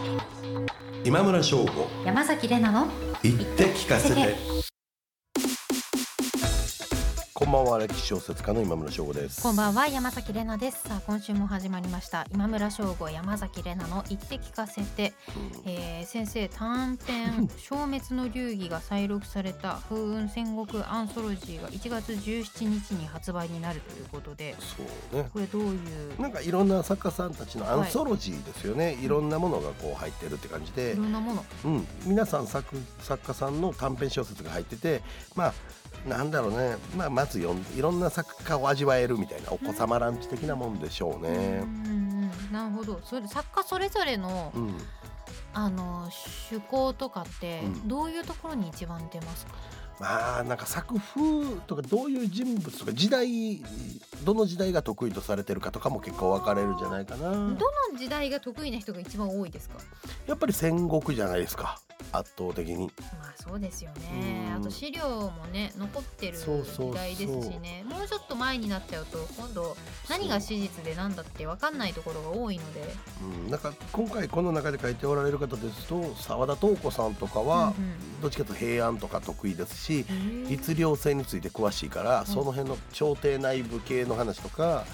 今村翔吾山崎れなの言って聞かせてこんばんは歴史小説家の今村翔吾ですこんばんは山崎れなですさあ今週も始まりました今村翔吾山崎れなの言って聞かせて、えー先生短編消滅の流儀が再録された風雲戦国アンソロジーが1月17日に発売になるということでそうねこれどういうなんかいろんな作家さんたちのアンソロジーですよね、い、ろんなものがこう入ってるって感じでいろ、んなものうん、皆さん作作家さんの短編小説が入っててまあなんだろうね、まあ、まず読んいろんな作家を味わえるみたいなお子様ランチ的なもんでしょううんね。うんなるほどそれ作家それぞれの,、うんあの趣向とかってうんどういうところに一番出ますか、まあなんか作風とかどういう人物とか時代どの時代が得意とされてるかとかも結構分かれるんじゃないかなどの時代が得意な人が一番多いですかやっぱり戦国じゃないですか圧倒的にまあそうですよねうんあと資料もね残ってる時そうそうそう代ですしねもうちょっと前になっちゃうと今度何が史実で何だって分かんないところが多いのでうん、なんか今回この中で書いておられる方ですと澤田瞳子さんとかはうんどっちかというと平安とか得意ですしうん律令制について詳しいからその辺の朝廷内部系の話とか、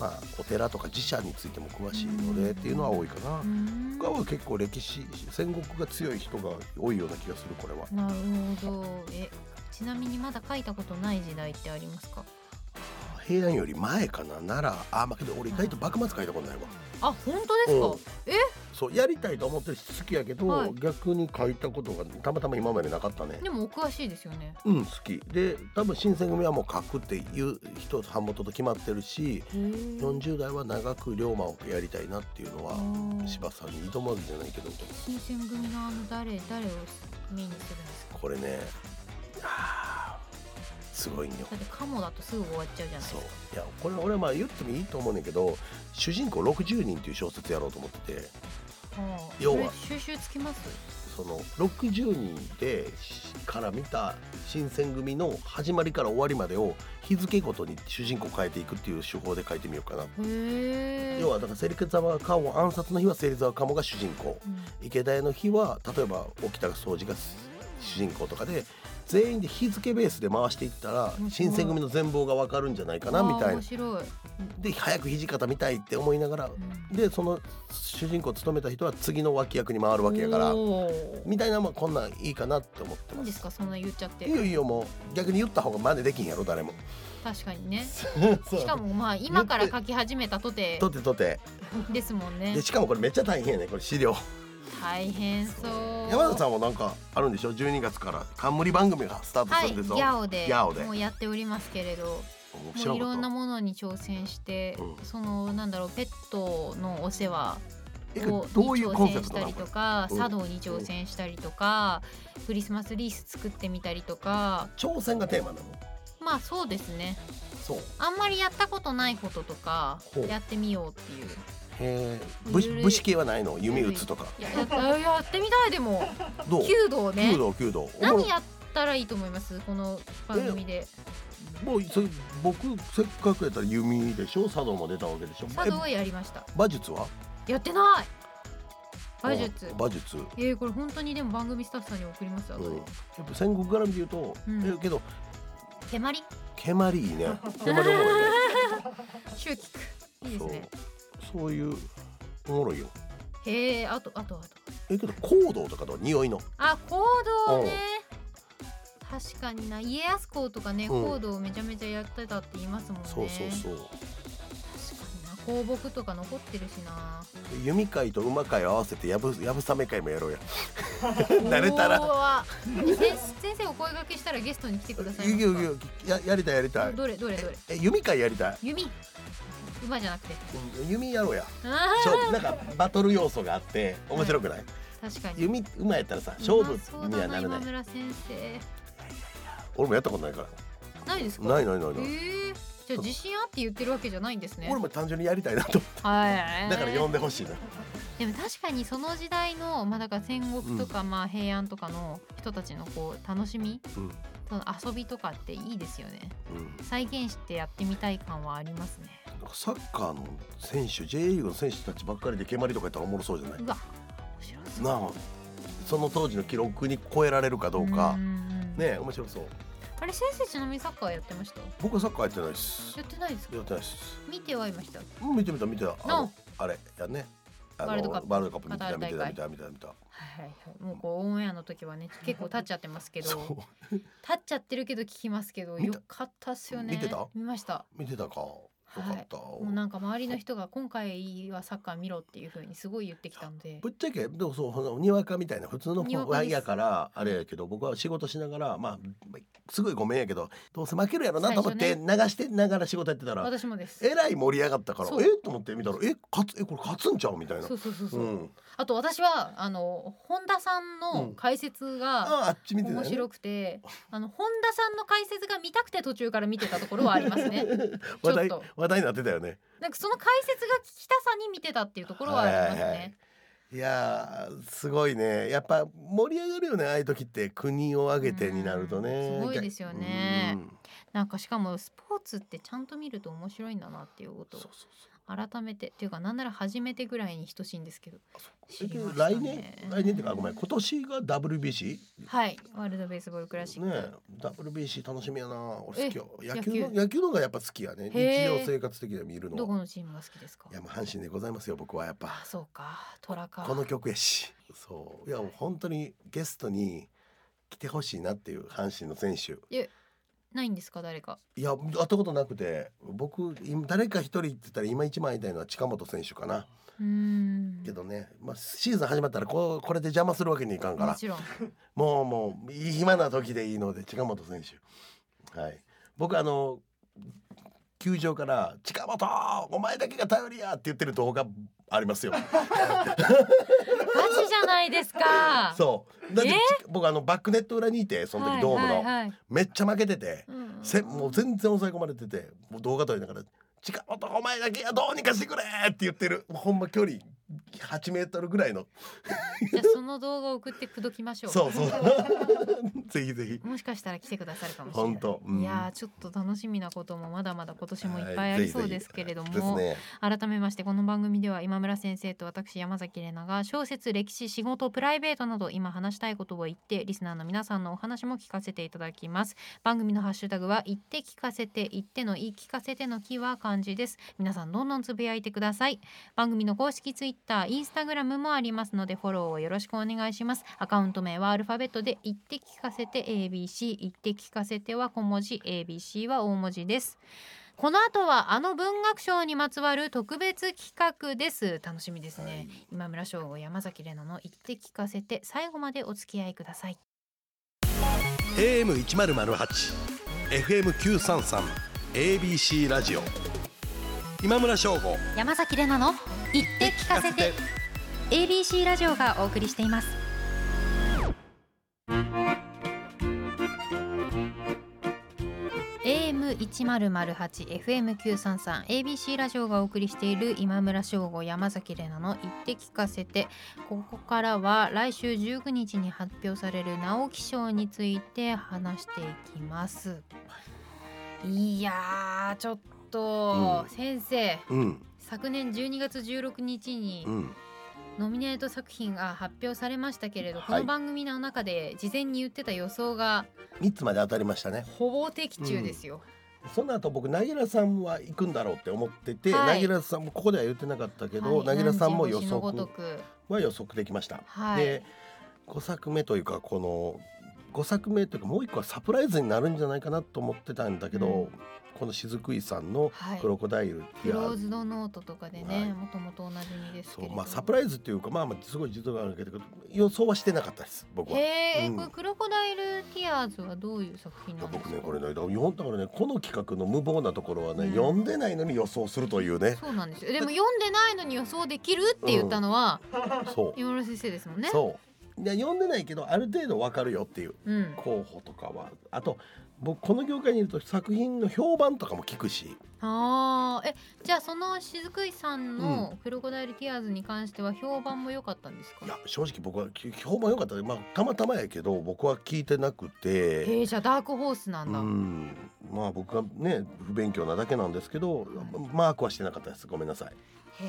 まあ、お寺とか寺社についても詳しいのでっていうのは多いかな。うん僕は結構歴史戦国が強い人が多いような気がするこれはなるほどえちなみにまだ書いたことない時代ってありますか平安より前かなならあまあけど俺意外と幕末書いたことないわあ本当ですかそうやりたいと思ってるし好きやけど、はい逆に書いたことがたまたま今までなかったねでもお詳しいですよねうん好きで多分新選組はもう書くっていう人版元と決まってるし40代は長く龍馬をやりたいなっていうのはあー柴さんに挑まずじゃないけど新選組のあの誰誰をメインにするんですかこれねあーすごいんよだってカモだとすぐ終わっちゃうじゃないですそかういやこれ俺はまあ言ってもいいと思うねんだけど「主人公60人」っていう小説やろうと思っててああ要はそれ収集つきますその60人でしから見た新選組の始まりから終わりまでを日付ごとに主人公変えていくっていう手法で書いてみようかな。へえ要はだから芹沢鴨暗殺の日は芹沢鴨が主人公池田屋の日は例えば沖田総司が主人公とかで全員で日付ベースで回していったら面白い新選組の全貌が分かるんじゃないかなみたいな面白い、で早く土方見たいって思いながらでその主人公を務めた人は次の脇役に回るわけやからおーみたいなまあこんなんいいかなって思っていいんまですす。かそんな言っちゃっていいよいいよもう逆に言った方が真似できんやろ誰も。確かにね しし かもまあ今から書き始めたとてとってとってですもんねでしかもこれめっちゃ大変やねこれ資料。大変そう山田さんはなんかあるんでしょ12月から冠番組がスタートすはるんですいよ。ギャオでヤオでもうやっておりますけれど面も白ういろんなかっものに挑戦して、うんそのなんだろうペットのお世話たえをどういうコン挑セ戦プトしたなのりことれかうん茶道に挑戦したりとかクリスマスリース作ってみたりとか挑戦がテーマなのまあそうですねそうあんまりやったことないこととかほうやってみようっていうへえゆるい武士系はないの弓打つとかいややったやってみたいでもどう弓道ね弓道弓道おもろ何やったらいいと思いますこの番組でもうそれ僕せっかくやったら弓でしょ茶道も出たわけでしょ茶道えはやりました馬術はやってない馬術馬術えー、これ本当にでも番組スタッフさんに送りますう後んで、やっぱ戦国絡みで言うと、うんえけど手まり蹴鞠いい ね蹴鞠おもろいねシューキックいいですねそうそういうおもろいよへえあとあとあとえけど行動とかと匂いのあ行動ね確かにな家康公とかうねん行動をめちゃめちゃやってたって言いますもんね、そうそうそう確かにな香木とか残ってるしな弓会と馬会を合わせてやぶやぶさめ会もや ろうや 慣れたらら先先生お声掛けしたらゲストに来てくださいゆますぎかゅぎゅややりたいやりたいどれどれどれえ弓会やりたい弓馬じゃなくてうん弓やろう やあちょなんかバトル要素があって面白くないー確かに弓馬やったらさ勝負うまそうにはだなならな今い村先生俺もやったことないからないですかないいないないない、ええじゃあ自信あって言ってるわけじゃないんですね俺も単純にやりたいなと思はいってだから呼んでほしいな、でも確かにその時代の、まあ、だから戦国とかまあ平安とかの人たちのこう楽しみ、うんその遊びとかっていいですよねうん、再現してやってみたい感はありますねなんかサッカーの選手 J リーグの選手たちばっかりで蹴鞠とかやったらおもろそうじゃないうわ面白そうなあその当時の記録に超えられるかどうかんうんうねんえ面白そうあれ先生ちなみにサッカーやってました僕はサッカーやってないですやってないですかやってないです見てはいましたうん見てみた見てたあののあれやねあのワールドカップワールドカップ見てカタたール見て大た会見てた見てた見てたはいはいはいもうこうオンエアの時はね結構経っちゃってますけどそう立っちゃってるけど聞きますけど見よたかったっすよね見てた見ました見てたかよかった、もうなんか周りの人が今回はサッカー見ろっていう風にすごい言ってきたんでぶっちゃけでもそうそのにわかみたいな普通のにわフかァですイヤからあれやけど僕は仕事しながらまあすごいごめんやけどどうせ負けるやろなと思って最流してながら仕事やってたら、私もですえらい盛り上がったからそうえっと思って見たらえ勝つえこれ勝つんちゃうみたいなそうそうそうそう、うん、あと私はあの本田さんの解説がああっち見てたよ面ね白くて、あの本田さんの解説が見たくて途中から見てたところはありますね 話題ちょっと話題になってたよねなんかその解説が聞きたさに見てたっていうところはありますね、はいはいはいいやーすごいねやっぱ盛り上がるよねああいう時って国を挙げてになるとねうんすごいですよねうんなんかしかもスポーツってちゃんと見ると面白いんだなっていうことそをうそう改めてっていうかなんなら初めてぐらいに等しいんですけどそう知りまし来たね年来年っていうかごめん今年が WBC はいワールドベースボールクラシック、ね WBC 楽しみやな俺好きよえ野球の野球野球の方がやっぱ好きやねへー日常生活的には見るのどこはのチームが好きですかいやもう阪神でございますよ僕はやっあぱそうか虎かこの曲やしそういやもう本当にゲストに来てほしいなっていう阪神の選手ないんですか誰かいや会ったことなくて僕今誰か一人って言ったら今一番会いたいのは近本選手かなうーんけどね、まあ、シーズン始まったらこうこれで邪魔するわけにいかんかもらちろんもうもう暇な時でいいので近本選手はい僕あの球場から「近本お前だけが頼りや!」って言ってる動画ありますよガチじゃないですか そうだってえち僕あのバックネット裏にいてその時ドームの、はいはいはいめっちゃ負けててうんうんせもう全然抑え込まれててもう動画撮りながら「近本お前だけはどうにかしてくれ!」って言ってるもうほんま距離8メートルぐらいのじゃあその動画を送って口説きましょうそう そうぜひぜひもしかしたら来てくださるかもしれない本当、うんいやーちょっと楽しみなこともまだまだ今年もいっぱいありそうですけれども、はいぜひぜひですね改めましてこの番組では今村先生と私山崎怜奈が小説歴史仕事プライベートなど今話したいことを言ってリスナーの皆さんのお話も聞かせていただきます番組のハッシュタグは言って聞かせて言っての言い聞かせての木は漢字です皆さんどんどんつぶやいてください番組の公式ツイッターインスタグラムもありますのでフォローをよろしくお願いしますアカウント名はアルファベットで言って聞かせて ABC 言って聞かせては小文字 ABC は大文字ですこの後はあの文学賞にまつわる特別企画です楽しみですね、はい今村翔吾山崎怜奈の言って聞かせて最後までお付き合いください AM 一ゼロゼロ八、FM 九三三、ABC ラジオ。今村翔吾。山崎怜奈の言って聞かせて ABC ラジオがお送りしています「AM1008」「FM933」ABC ラジオがお送りしている今村翔吾山崎怜奈の「言って聞かせて」ここからは来週19日に発表される直木賞について話していきます。いやーちょっと、うん先生うん、昨年12月16日にうん、ノミネート作品が発表されましたけれど、はいこの番組の中で事前に言ってた予想が三つまで当たりましたね。ほぼ的中ですよ。その後僕なぎらさんは行くんだろうって思ってて、はいなぎらさんもここでは言ってなかったけど、はいなぎらさんも予何時星のごと測くは予測できました。はいで、五作目というかこの五作目というかもう一個はサプライズになるんじゃないかなと思ってたんだけど、うんこの雫井さんのはいクロコダイルクティロアーーズズドノートとかではいね、もともとおなじみですけそれうど。まあサプライズっていうかまあまあすごい実があるけど予想はしてなかったです僕は。いへえ、うんこれクロコダイルティアーズはどういう作品なやんです僕か。ねこれねだから読んだからねこの企画の無謀なところはね、うん読んでないのに予想するというねそうな んですよ。でも読んでないのに予想できるって言ったのはそう今村先生ですもんね。そういや読んでないけどある程度わかるよっていううん候補とかはあと僕この業界にいると作品の評判とかも聞くしあーえじゃあその雫井さんの「クロコダイル・ティアーズ」に関しては評判も良かったんですいかや正直僕はき評判良かったで、まあ、たまたまやけど僕は聞いてなくえて。ー、じゃあダークホースなうんだ、んまあ僕はね不勉強なだけなんですけどマークはしてなかったですごめんなさい、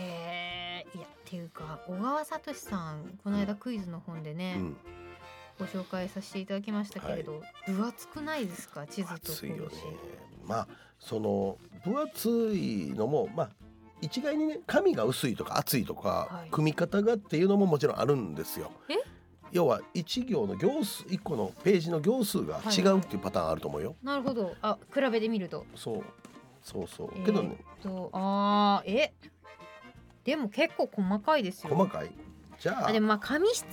へえいやっていうか小川聡さんこの間クイズの本でね、うん、ご紹介させていただきましたけれど、分厚くないですか地図と暑いよね拳まあその分厚いのもまあ一概にね紙が薄いとか厚いとか、はい組み方がっていうのももちろんあるんですよえ。要は一行の行数一個のページの行数が違うっていうパターンあると思うよ。なるほどあ比べてみるとそうそうそうけどね、えーっとあーえでも結構細かいですよ細かいじゃああでもまあ紙質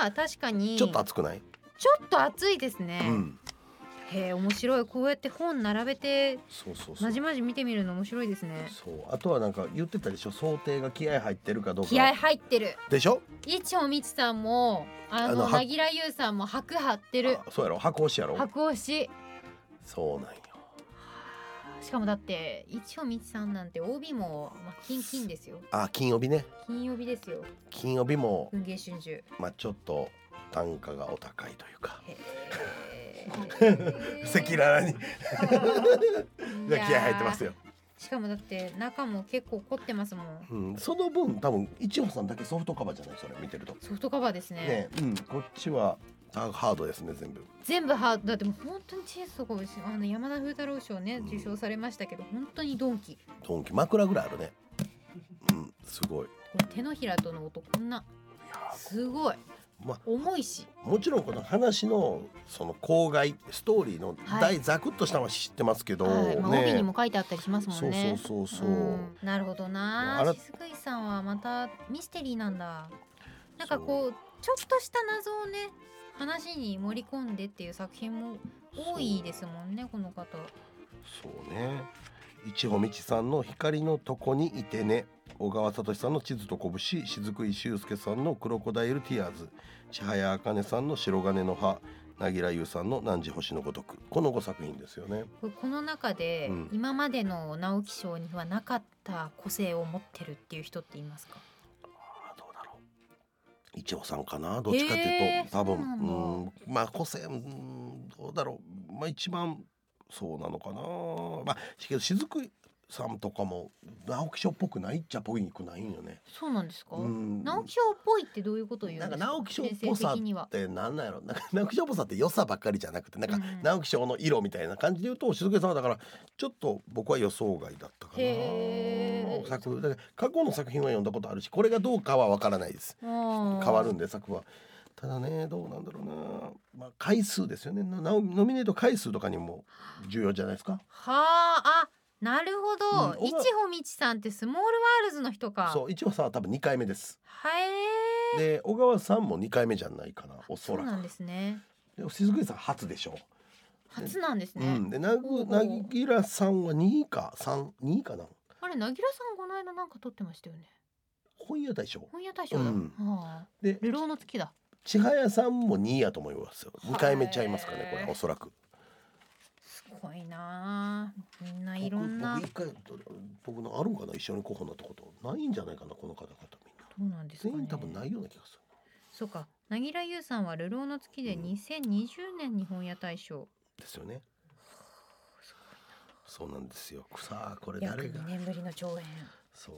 は確かにちょっと厚くない、ちょっと厚いですね、うんへえ面白いこうやって本並べてそうそうそまうじまじ見てみるの面白いですねそうあとはなんか言ってたでしょ想定が気合入ってるかどう気合か入ってるでしょ一応みちさんもああののはなぎらゆうさんも白張ってるあそうやろ箱押しやろ白押しそうなんよしかもだって一応みちさんなんて帯もまあ金金ですよあ金曜日ね金曜日ですよ金曜日も文芸春秋へまあちょっと単価がお高いというかえ 赤裸々 にい気合やー入ってますよ、しかもだって中も結構凝ってますもんうん、その分多分一穂さんだけソフトカバーじゃないそれ見てるとソフトカバーですねね、うん、こっちはあハードですね全部全部ハードだってもう本当にチーズとか美味しいあの山田風太郎賞ねうん受賞されましたけど本当にドンキこドンキ枕ぐらいあるねうんすごいれ手のひらとの音こんないやすごいまあ重いしもちろんこの話のその郊外ストーリーのはい大ざくっとしたのは知ってますけど、はいまあ、帯にも書いてあったりしますもそんうそねうそうそう、うんなるほどなあら雫井さんはまたミステリーなんだなんかこうちょっとした謎をね話に盛り込んでっていう作品も多いですもんねこの方そうね一穂道さんの光のとこにいてね小川聡さんの地図と拳雫井修介さんのクロコダイルティアーズ千早茜さんの白金の葉なぎらゆうさんの汝星のごとくこの5作品ですよねこれこの中でうん今までの直木賞にはなかった個性を持ってるっていう人っていますかあどうだろう一応さんかなどっちかっていへうーと多分そうなんだうんまあ個性うんどうだろうまあ一番そうなのかなまあけど雫さんとかも直木賞っぽくないっちゃぽいくないんよね。そうなんですか、うん直木賞っぽいってどういうことを言うなんんかですか直木賞っぽ先生さ的にはってなんなんやろなんか 直木賞っぽさって良さばっかりじゃなくてなんうかん直木賞の色みたいな感じで言うと雫さんはだからちょっと僕は予想外だったかへなー作だから過去の作品は読んだことあるしこれがどうかは分からないです。変変わるんで作はただねどうなんだろうな、まあ、回数ですよねななおノミネート回数とかにも重要じゃないですかはああなるほど、うん一穂道さんってスモールワールズの人かそう一応さんは多分2回目ですはえで小川さんも2回目じゃないかなおそそうらなんくですねでも雫さん初でしょ初なんですう、うね、ん、でなおうおぐうなぎらさんは2位か32位かなあれなぎらさんこの間なんか撮ってましたよね本屋大賞本屋大賞だ、うんはあで流浪の月だ千早さんも2位やと思いますよ2回目ちゃいますかへねーこれおそらくすごいなあみんないろんな僕僕一回僕のあるんかな一緒に候補になったことないんじゃないかなこの方々みんなどうなんですか全ね員多分ないような気がするそうかなぎらゆうさんは流浪の月でうん2020年に本屋大賞ですよね。そうなんですよ。さあこれ約誰2が年ぶりの上演そう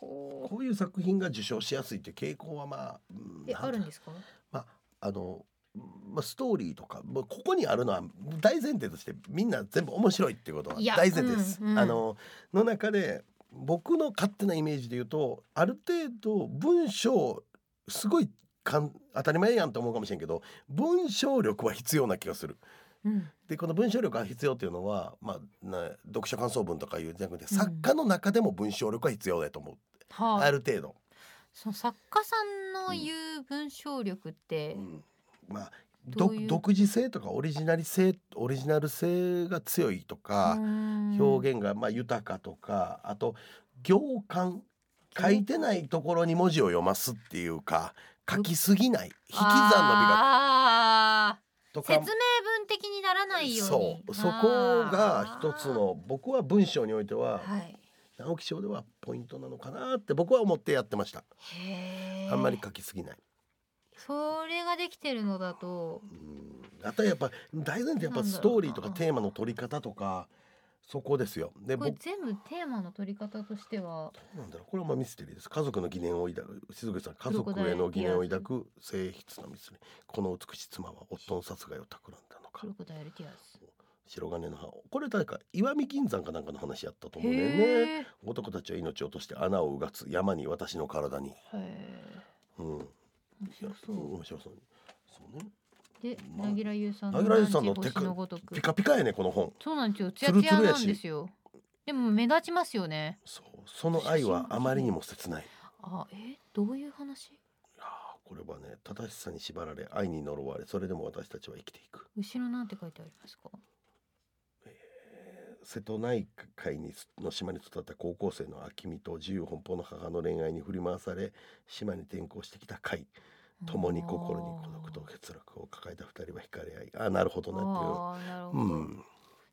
ほこういう作品が受賞しやすいっていう傾向はまあ、うんうえあるんですすかまああの。まあ、ストーリーとか、まあ、ここにあるのは大前提としてみんな全部面白いっていうことはいや大前提です。うんうんあのの中で僕の勝手なイメージで言うとある程度文章すごいかん当たり前やんと思うかもしれんけど文章力は必要な気がする。うんでこの文章力が必要っていうのは、まあ、な読書感想文とかいうじゃなくて、作家の中でも文章力は必要だと思う、はある程度、その作家さんの言う文章力って、うんまあ、どどういう独自性とかオリジナリ性オリジナル性が強いとか、表現表現がまあ豊かとかあと行間書いてないところに文字を読ますっていうか書きすぎない引き算の美学あとーか説明文的にならないようそにうそこが一つの僕は文章においてはあーはい直木賞ではポイントなのかなって僕は思ってやってましたへーあんまり書きすぎない、それができてるのだとうん、あとはやっぱ大前提やっぱストーリーとかテーマの取り方とかそこですよでこれ僕全部テーマの取り方としてはなんだろうこれはまあミステリーです家族の疑念を抱く静口さん家族への疑念を抱く性質のミステリーこの美しい妻は夫の殺害を企んだのかクロコダイルティアス白金の葉これ確か石見銀山かなんかの話やったと思うねんねへー男たちは命を落として穴をうがつ山に私の体にへうんー面白そう面白そうそうねでまあなぎらゆうさんなぎらゆうさんのなんて星のごとくピカピカやねこの本そうなんですよツツヤルツツルやヤしなんですよでも目立ちますよねそうその愛はあまりにも切ないあえどういう話いやーこれはね正しさに縛られ愛に呪われそれでも私たちは生きていく後ろなんて書いてありますか瀬戸内海にの島に育った高校生の秋美と自由奔放の母の恋愛に振り回され島に転校してきた海 共に心に孤独と欠落を抱えた二人は惹かれ合いあーなるほどなっあーなるてほいうど、うん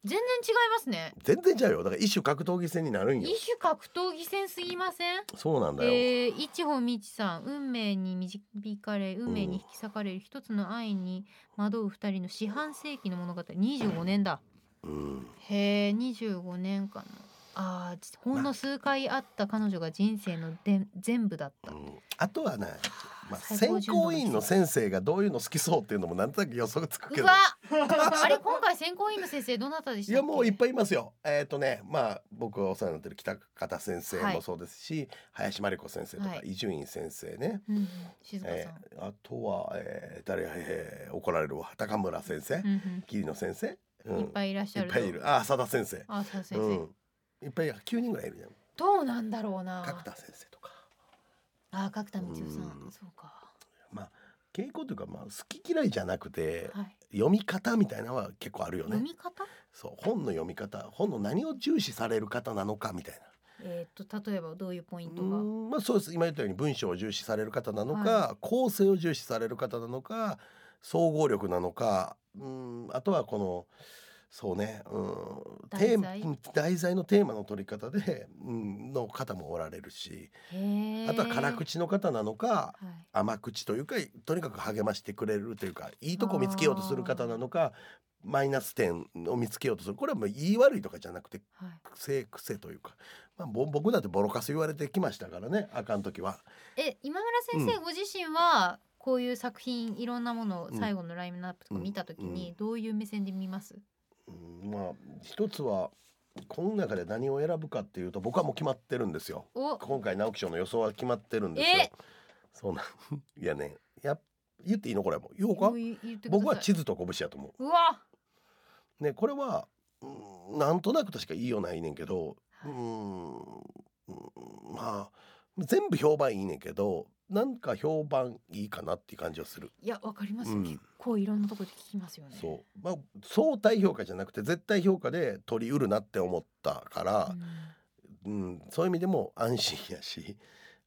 全然違いますね全然ちゃうよだから一種格闘技戦になるんよ一種格闘技戦すぎませんそうなんだよ、えー、一歩みちさん運命に導かれ運命に引き裂かれる一つの愛に惑う二人の四半世紀の物語25年だうんへえ25年間のあーじほんの数回会った彼女が人生ので全部だっうた、んあとはね、まあ、最高選順番考委員の先生がどういうの好きそうっていうのもなんとなく予測つくけうどわ あれ今回選考委員の先生どなたでしいたっけやもういっぱいいますよえっ、とねまあ僕がお世話になってる北方先生はもいそうですし、林真理子先生とはかい伊集院先生ね、うんうん、静香さん、えーあとは、えー誰、えー怒られるわ高村先生、うんうん桐野先生、うんいっぱいいらっしいゃっるぱいいるあ浅田先生あーそう先生、うん、いっぱい九人ぐらいいるじゃんどうなんだろうな角田先生とかあー角田道夫さん、うんそうか傾向というかまあ好き嫌いじゃなくてはい読み方みたいなのは結構あるよ読ねみ方そう本の読み方本の何を重視される方なのかみたいなえーっと例えばどういうポインうトがんまあそうです今言ったように文章を重視される方なのか、は構成を重視される方なのか総合力なのかうんあとはこのそうねうんテーマ題材うん題材のテーマの取り方で、うん、の方もおられるしへーあとは辛口の方なのかはい甘口というかとにかく励ましてくれるというかいいとこ見つけようとする方なのかマイナス点を見つけようとするこれはもう言い悪いとかじゃなくてはい癖癖というか、まあ、ぼ僕だってボロカス言われてきましたからねあかん時は。え今村先生ご自身はこういう作品いろんなものをうん最後のラインナップとか見たときうにどういう目線で見ますうんまあ一つはこの中で何を選ぶかっていうと僕はもう決まってるんですよ。お今回直木賞の予想は決まってるんですよえ。そうなんいやねやっ言っていいのこれもう言おうか言う言ってください僕は地図と拳やと思うわう。ねこれはうんなんとなくとしか言いようないねんけどうーんうんまあ全部評判いいねんけどなんか評判いいかなっていう感じはする。いやわかります、うん結構いろんなところで聞きますよねう、そうまあ相対評価じゃなくて絶対評価で取りうるなって思ったからん、うんそういう意味でも安心やし、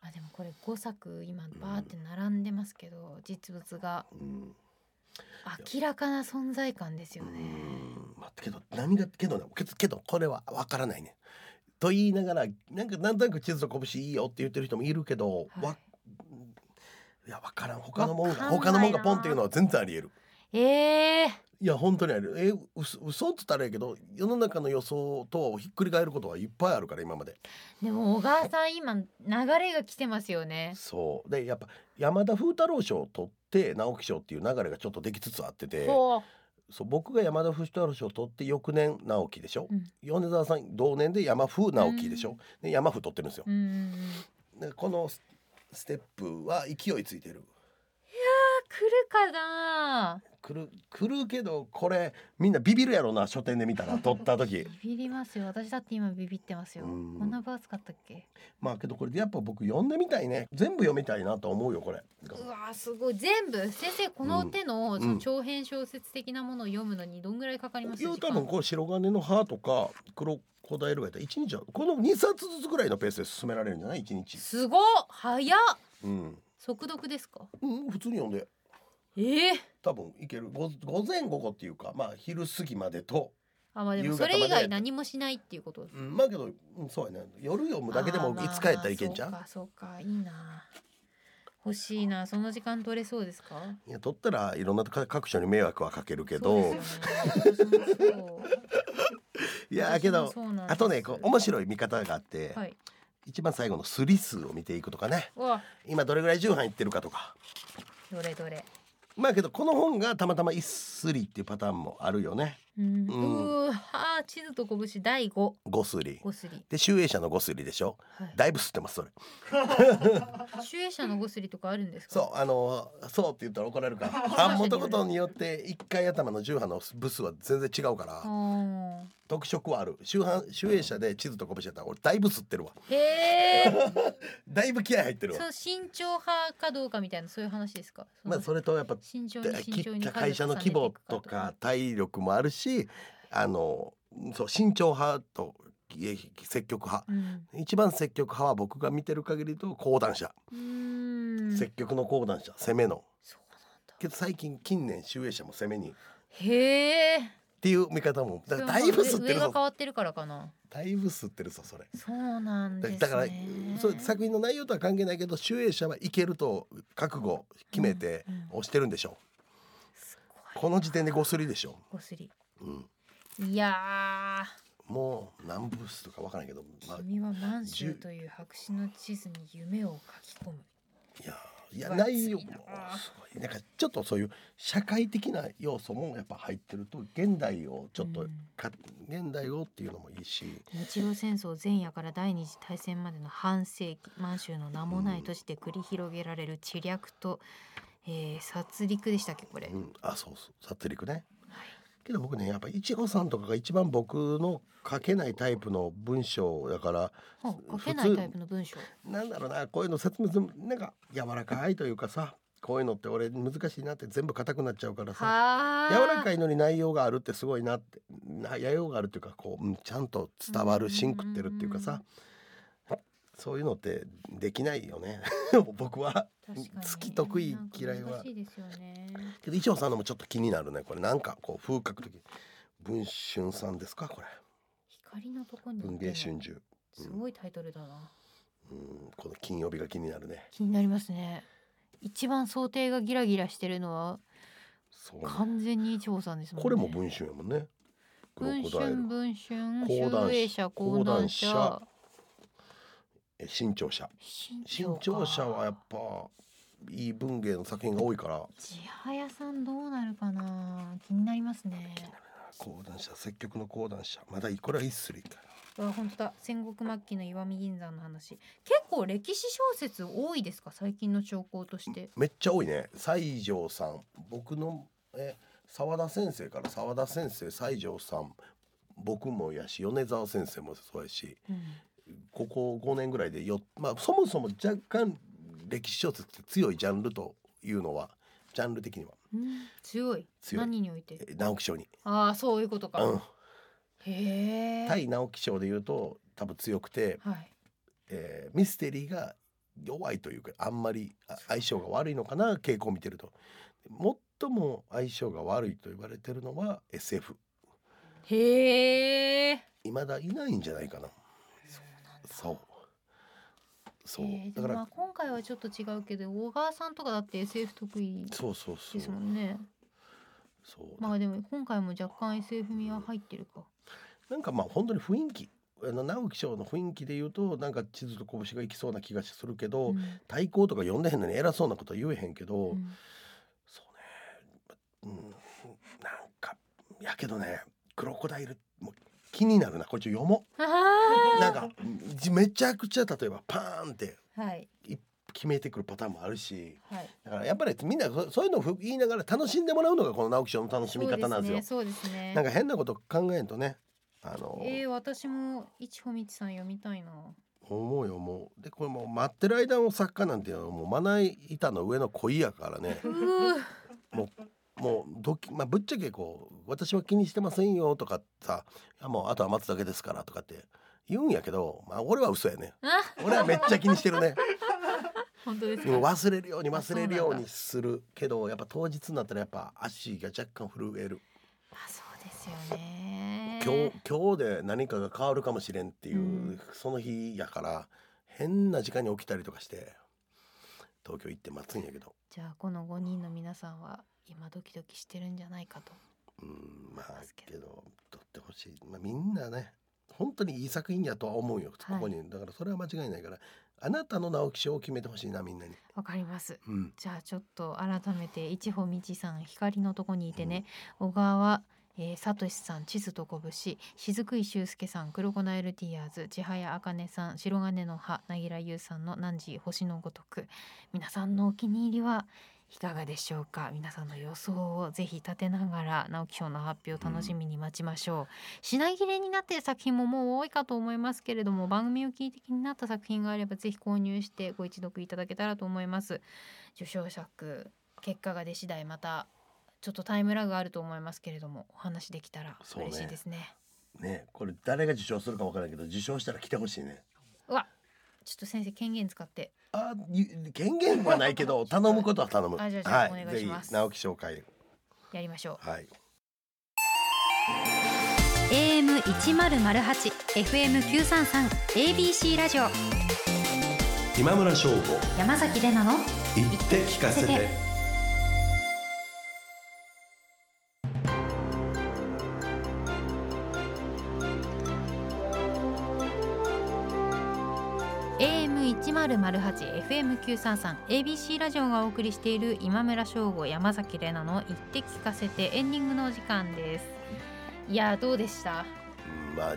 あでもこれ5作今バーって並んでますけど、実物がうん明らかな存在感ですうよね、んまあ、けど何がけどねけどけどこれは分からないね。と言いながらなんかなんとなく地図と拳いいよって言ってる人もいるけど、はいわいや分からん他のもんがわか他のんなもいんながポンっていうのは全然ありえる。ええいや本当にあるえ嘘嘘って言ったらやけど世の中の予想とはひっくり返ることはいっぱいあるから今まで。でも小川さん今流れが来てますよねそうでやっぱ山田風太郎賞を取って直木賞っていう流れがちょっとできつつあっててほうそう僕が山田風太郎賞を取って翌年直木でしょ、うん米沢さん同年で山風直木でしょ、で山風取ってるんですよう、んうんうんでこのスステップは勢いついてるあ来るかな来る来るけどこれみんなビビるやろな書店で見たら取った 時ビビりますよ私だって今ビビってますよこうんんな分厚かったっけまあけどこれでやっぱ僕読んでみたいね全部読みたいなと思うよこれうわーすごい全部先生この手のんその長編小説的なものを読むのにどんぐらいかかりますいや時多間分こう白金の歯とか黒コダイルがいたら一日はこの二冊ずつぐらいのペースで進められるんじゃない一日。すごっ早っうん。速読ですかうん、普通に読んでええ多分いけるご午前午後っていうかまあ昼過ぎまでと、あまあで夕も方まそでれ以外何もしないっていうことですうん、まあけど、うん、そうやね夜読むだけでもあーまあいつ帰ったらいけんじゃん、そうかそうかいいな欲しいなその時間取れそうですかいや取ったらいろんなか各所に迷惑はかけるけそうど、ですよね私もそう いやーけど私もそうなんですあとねこう面白い見方があって、はい一番最後のスリ数を見ていくとかねうわ今どれぐらい重版いってるかとかどれどれまあけどこの本がたまたま一スリっていうパターンもあるよねうん、うんうーはー地図と拳第五五スリ五すりで集英社の五スリでしょはいだいぶ吸ってますそれ主演者の五すりとかあるんですかそうあのそうって言ったら怒られるから あもとことによって一回頭の重版の部数は全然違うからあ特色はある集版集英社で地図と拳やったら俺だいぶ吸ってるわーへえだいぶ気合入ってるそわの慎重派かどうかみたいなそういう話ですかそのまあそれとやっぱ慎重に慎切重っにた会社の規模とか体力もあるしあのそう慎重派とえ積極派うん一番積極派は僕が見てる限りと講談社、うーん積極の講談社攻めのそうなんだけど最近近年集英社も攻めにっへえていう見方もだからだいぶ吸ってる上がぞ変わってるからかなだいぶ吸ってるぞそれそうなんですだねだからそう作品の内容とは関係ないけど集英社はいけると覚悟決めてうんうん押してるんでしょすうごいこの時点でごすりでしょこすりう、うん、いやもう何ブースとかわからんけど、ー、まあ、君は満州十という白紙の地図に夢を書き込むいやいや分厚い内容もなすごいなんかちょっとそういう社会的な要素もやっぱ入ってると現代をちょっとうんか、現代をっていうのもいいし日露戦争前夜から第二次大戦までの半世紀満州の名もない都市で繰り広げられる知略と、えー、殺戮でしたっけこれ、うん、あそうそう殺戮ね。けど僕ねやっぱいちごさんとかが一番僕の書けないタイプの文章だからほう書けないタイプの文章なんだろうなこういうの説明するなんか柔らかいというかさこういうのって俺難しいなって全部硬くなっちゃうからさは柔らかいいのに内容があるってすごいなってな内容があるっていうかこう、うん、ちゃんと伝わるうんシンクってるっていうかさそういうのってできないよね 僕は。好き得意嫌いは難しいですよねけど一応さんのもちょっと気になるねこれなんかこう風格的文春さんですかこれ光のとこに文芸春秋すごいタイトルだなうんこの金曜日が気になるね気になりますね一番想定がギラギラしてるのはそうね完全に一穂さんですもんねこれも文春やもんねクロ文コダイ春ル文春講談社集英社講談社講談え新潮社新潮社はやっぱいい文芸の作品が多いからちはやさんどうなるかな気になりますね講談社積極の講談社まだこれは一すりかうわ本当だ戦国末期の石見銀山の話結構歴史小説多いですか最近の兆候としてめっちゃ多いね西条さん僕のえ沢田先生から沢田先生西条さん僕もやし米沢先生もそうやしここ5年ぐらいでよ、まあ、そもそも若干歴史小説って強いジャンルというのはジャンル的にはうん、うん強い強い何においてえ直木賞に、ああそういうことか、うん、へえ、対直木賞で言うと多分強くて、はいえーミステリーが弱いというかあんまりあ相性が悪いのかな傾向を見てると最も相性が悪いと言われてるのは SF へえ未だいないんじゃないかなそうなんだそうそうえーだでもかまあら今回はちょっと違うけど小川さんとかだって SF 得意そうそうそでうすもんねそうまあでも今回も若干 SF 味は入ってるかなんかまあ本当に雰囲気あの直木賞の雰囲気で言うとなんか地図と拳がいきそうな気がするけど、うん対抗とか読んでへんのに偉そうなことは言えへんけど、 うんそうね、うん、なんかやけどねクロコダイルも気になるなこれちょっと読もうなんあかめちゃくちゃ例えばパーンってあはい決めてくるパターンもあるしはいだからやっぱりみんなそそういうのを言いながら楽しんでもらうのがこの直木賞の楽しみ方なんですよ。そうですねそうですねなんか変なこと考えんとねあの、えー、私も一穂道さん読みたいな思うよもうでこれもう待ってる間の作家なんていうのはもうまな板の上の恋やからね うーもうどき、まあ、ぶっちゃけこう「私は気にしてませんよ」とかさいや「もうあとは待つだけですから」とかって言うんやけど、まあ、俺は嘘やね あ俺はめっちゃ気にしてるね本当です でもか。忘れるように忘れるよそううなんにだするけどやっぱ当日になったらやっぱ足が若干震える、あ、そうですよね。今日今日で何かが変わるかもしれんっていう、うんその日やから変な時間に起きたりとかして東京行って待つんやけどじゃあこの五人の皆さんは今ドキドキしてるんじゃないかと。うんまあますけどけど撮ってほしい、まあ、みんなね本当にいい作品やとは思うよ、はいここにだからそれは間違いないからあなたの直木賞を決めてほしいなみんなに。わかります。うんじゃあちょっと改めて一歩道さん光のとこにいてね、小川えー、さとしさん地図と拳雫井修介さんクロコナイルティアーズ千早茜さん白金の葉なぎらゆうさんの汝星のごとく皆さんのお気に入りはいかがでしょうか皆さんの予想をぜひ立てながら直木賞の発表を楽しみに待ちましょう、品切れになっている作品ももう多いかと思いますけれども番組を聞いて気になった作品があればぜひ購入してご一読いただけたらと思います受賞作結果が出次第またちょっとタイムラグがあると思いますけれどもお話できたらそうね嬉しいですねねこれ誰が受賞するかわからないけど受賞したら来てほしいね。うわちょっと先生権限使ってあゆ権限はないけど 頼むことは頼む。あじゃあじゃあはい、お願いしますぜひ直木紹介やりましょはい。う AM1008 FM933 ABC ラジオ今村翔吾山崎れなの言って聞かせて。AM1008 FM933 ABC ラジオがお送りしている今村翔吾山崎れなの言って聞かせてエンディングのお時間ですいやーどうでしたうんまあ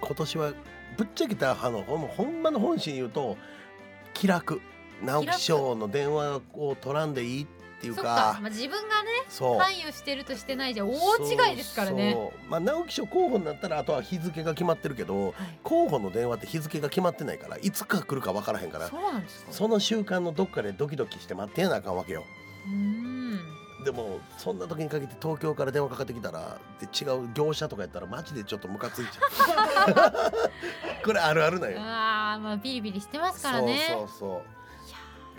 今年はぶっちゃけたあのほんほんまの本心言うと気楽直木賞の電話を取らんでいいっていそうっかか、まあ、自分がねそう。関与してるとしてないじゃ大違いですからねそうそうまあ直木賞候補になったらあとは日付が決まってるけどはい候補の電話って日付が決まってないからいつか来るか分からへんからそうなんですかその習慣のどっかでドキドキして待ってやなあかんわけようーんでもそんな時にかけて東京から電話かかってきたらで違う業者とかやったらマジでちょっとムカついちゃ うこれあるあるなんよあーまあビリビリしてますからねそうそうそう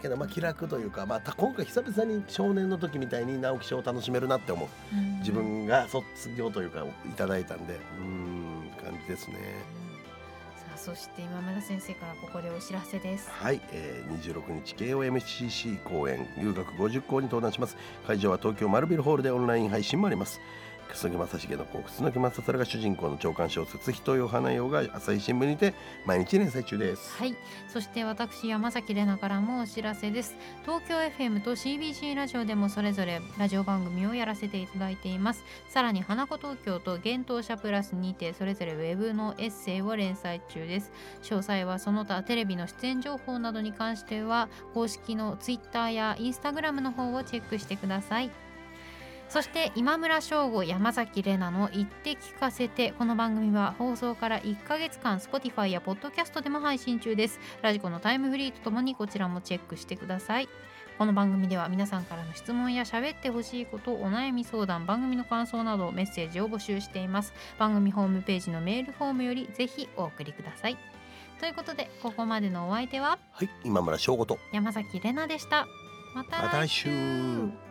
けどまあ気楽というか、まあ、た今回久々に少年の時みたいに直木賞を楽しめるなって思ううん自分が卒業というかいただいたんでうん感じですねさあそして今村先生からここでお知らせですはい、えー、26日 KOMCC 公演留学50校に登壇します会場は東京丸ビルホールでオンライン配信もあります楠木正成の子楠木正成が主人公の長官小説「人よ花よ」が朝日新聞にて毎日連載中です、はいそして私山崎れなからもお知らせです東京 FM と CBC ラジオでもそれぞれラジオ番組をやらせていただいていますさらに花子東京と幻冬舎プラスにてそれぞれウェブのエッセイを連載中です詳細はその他テレビの出演情報などに関しては公式の Twitter や Instagram の方をチェックしてくださいそして今村翔吾山崎怜奈の「言って聞かせて」この番組は放送から1ヶ月間 Spotify や Podcast でも配信中ですラジコのタイムフリーとともにこちらもチェックしてくださいこの番組では皆さんからの質問や喋ってほしいことお悩み相談番組の感想などメッセージを募集しています番組ホームページのメールフォームよりぜひお送りくださいということでここまでのお相手ははい、今村翔吾と山崎怜奈でしたまた来週また来週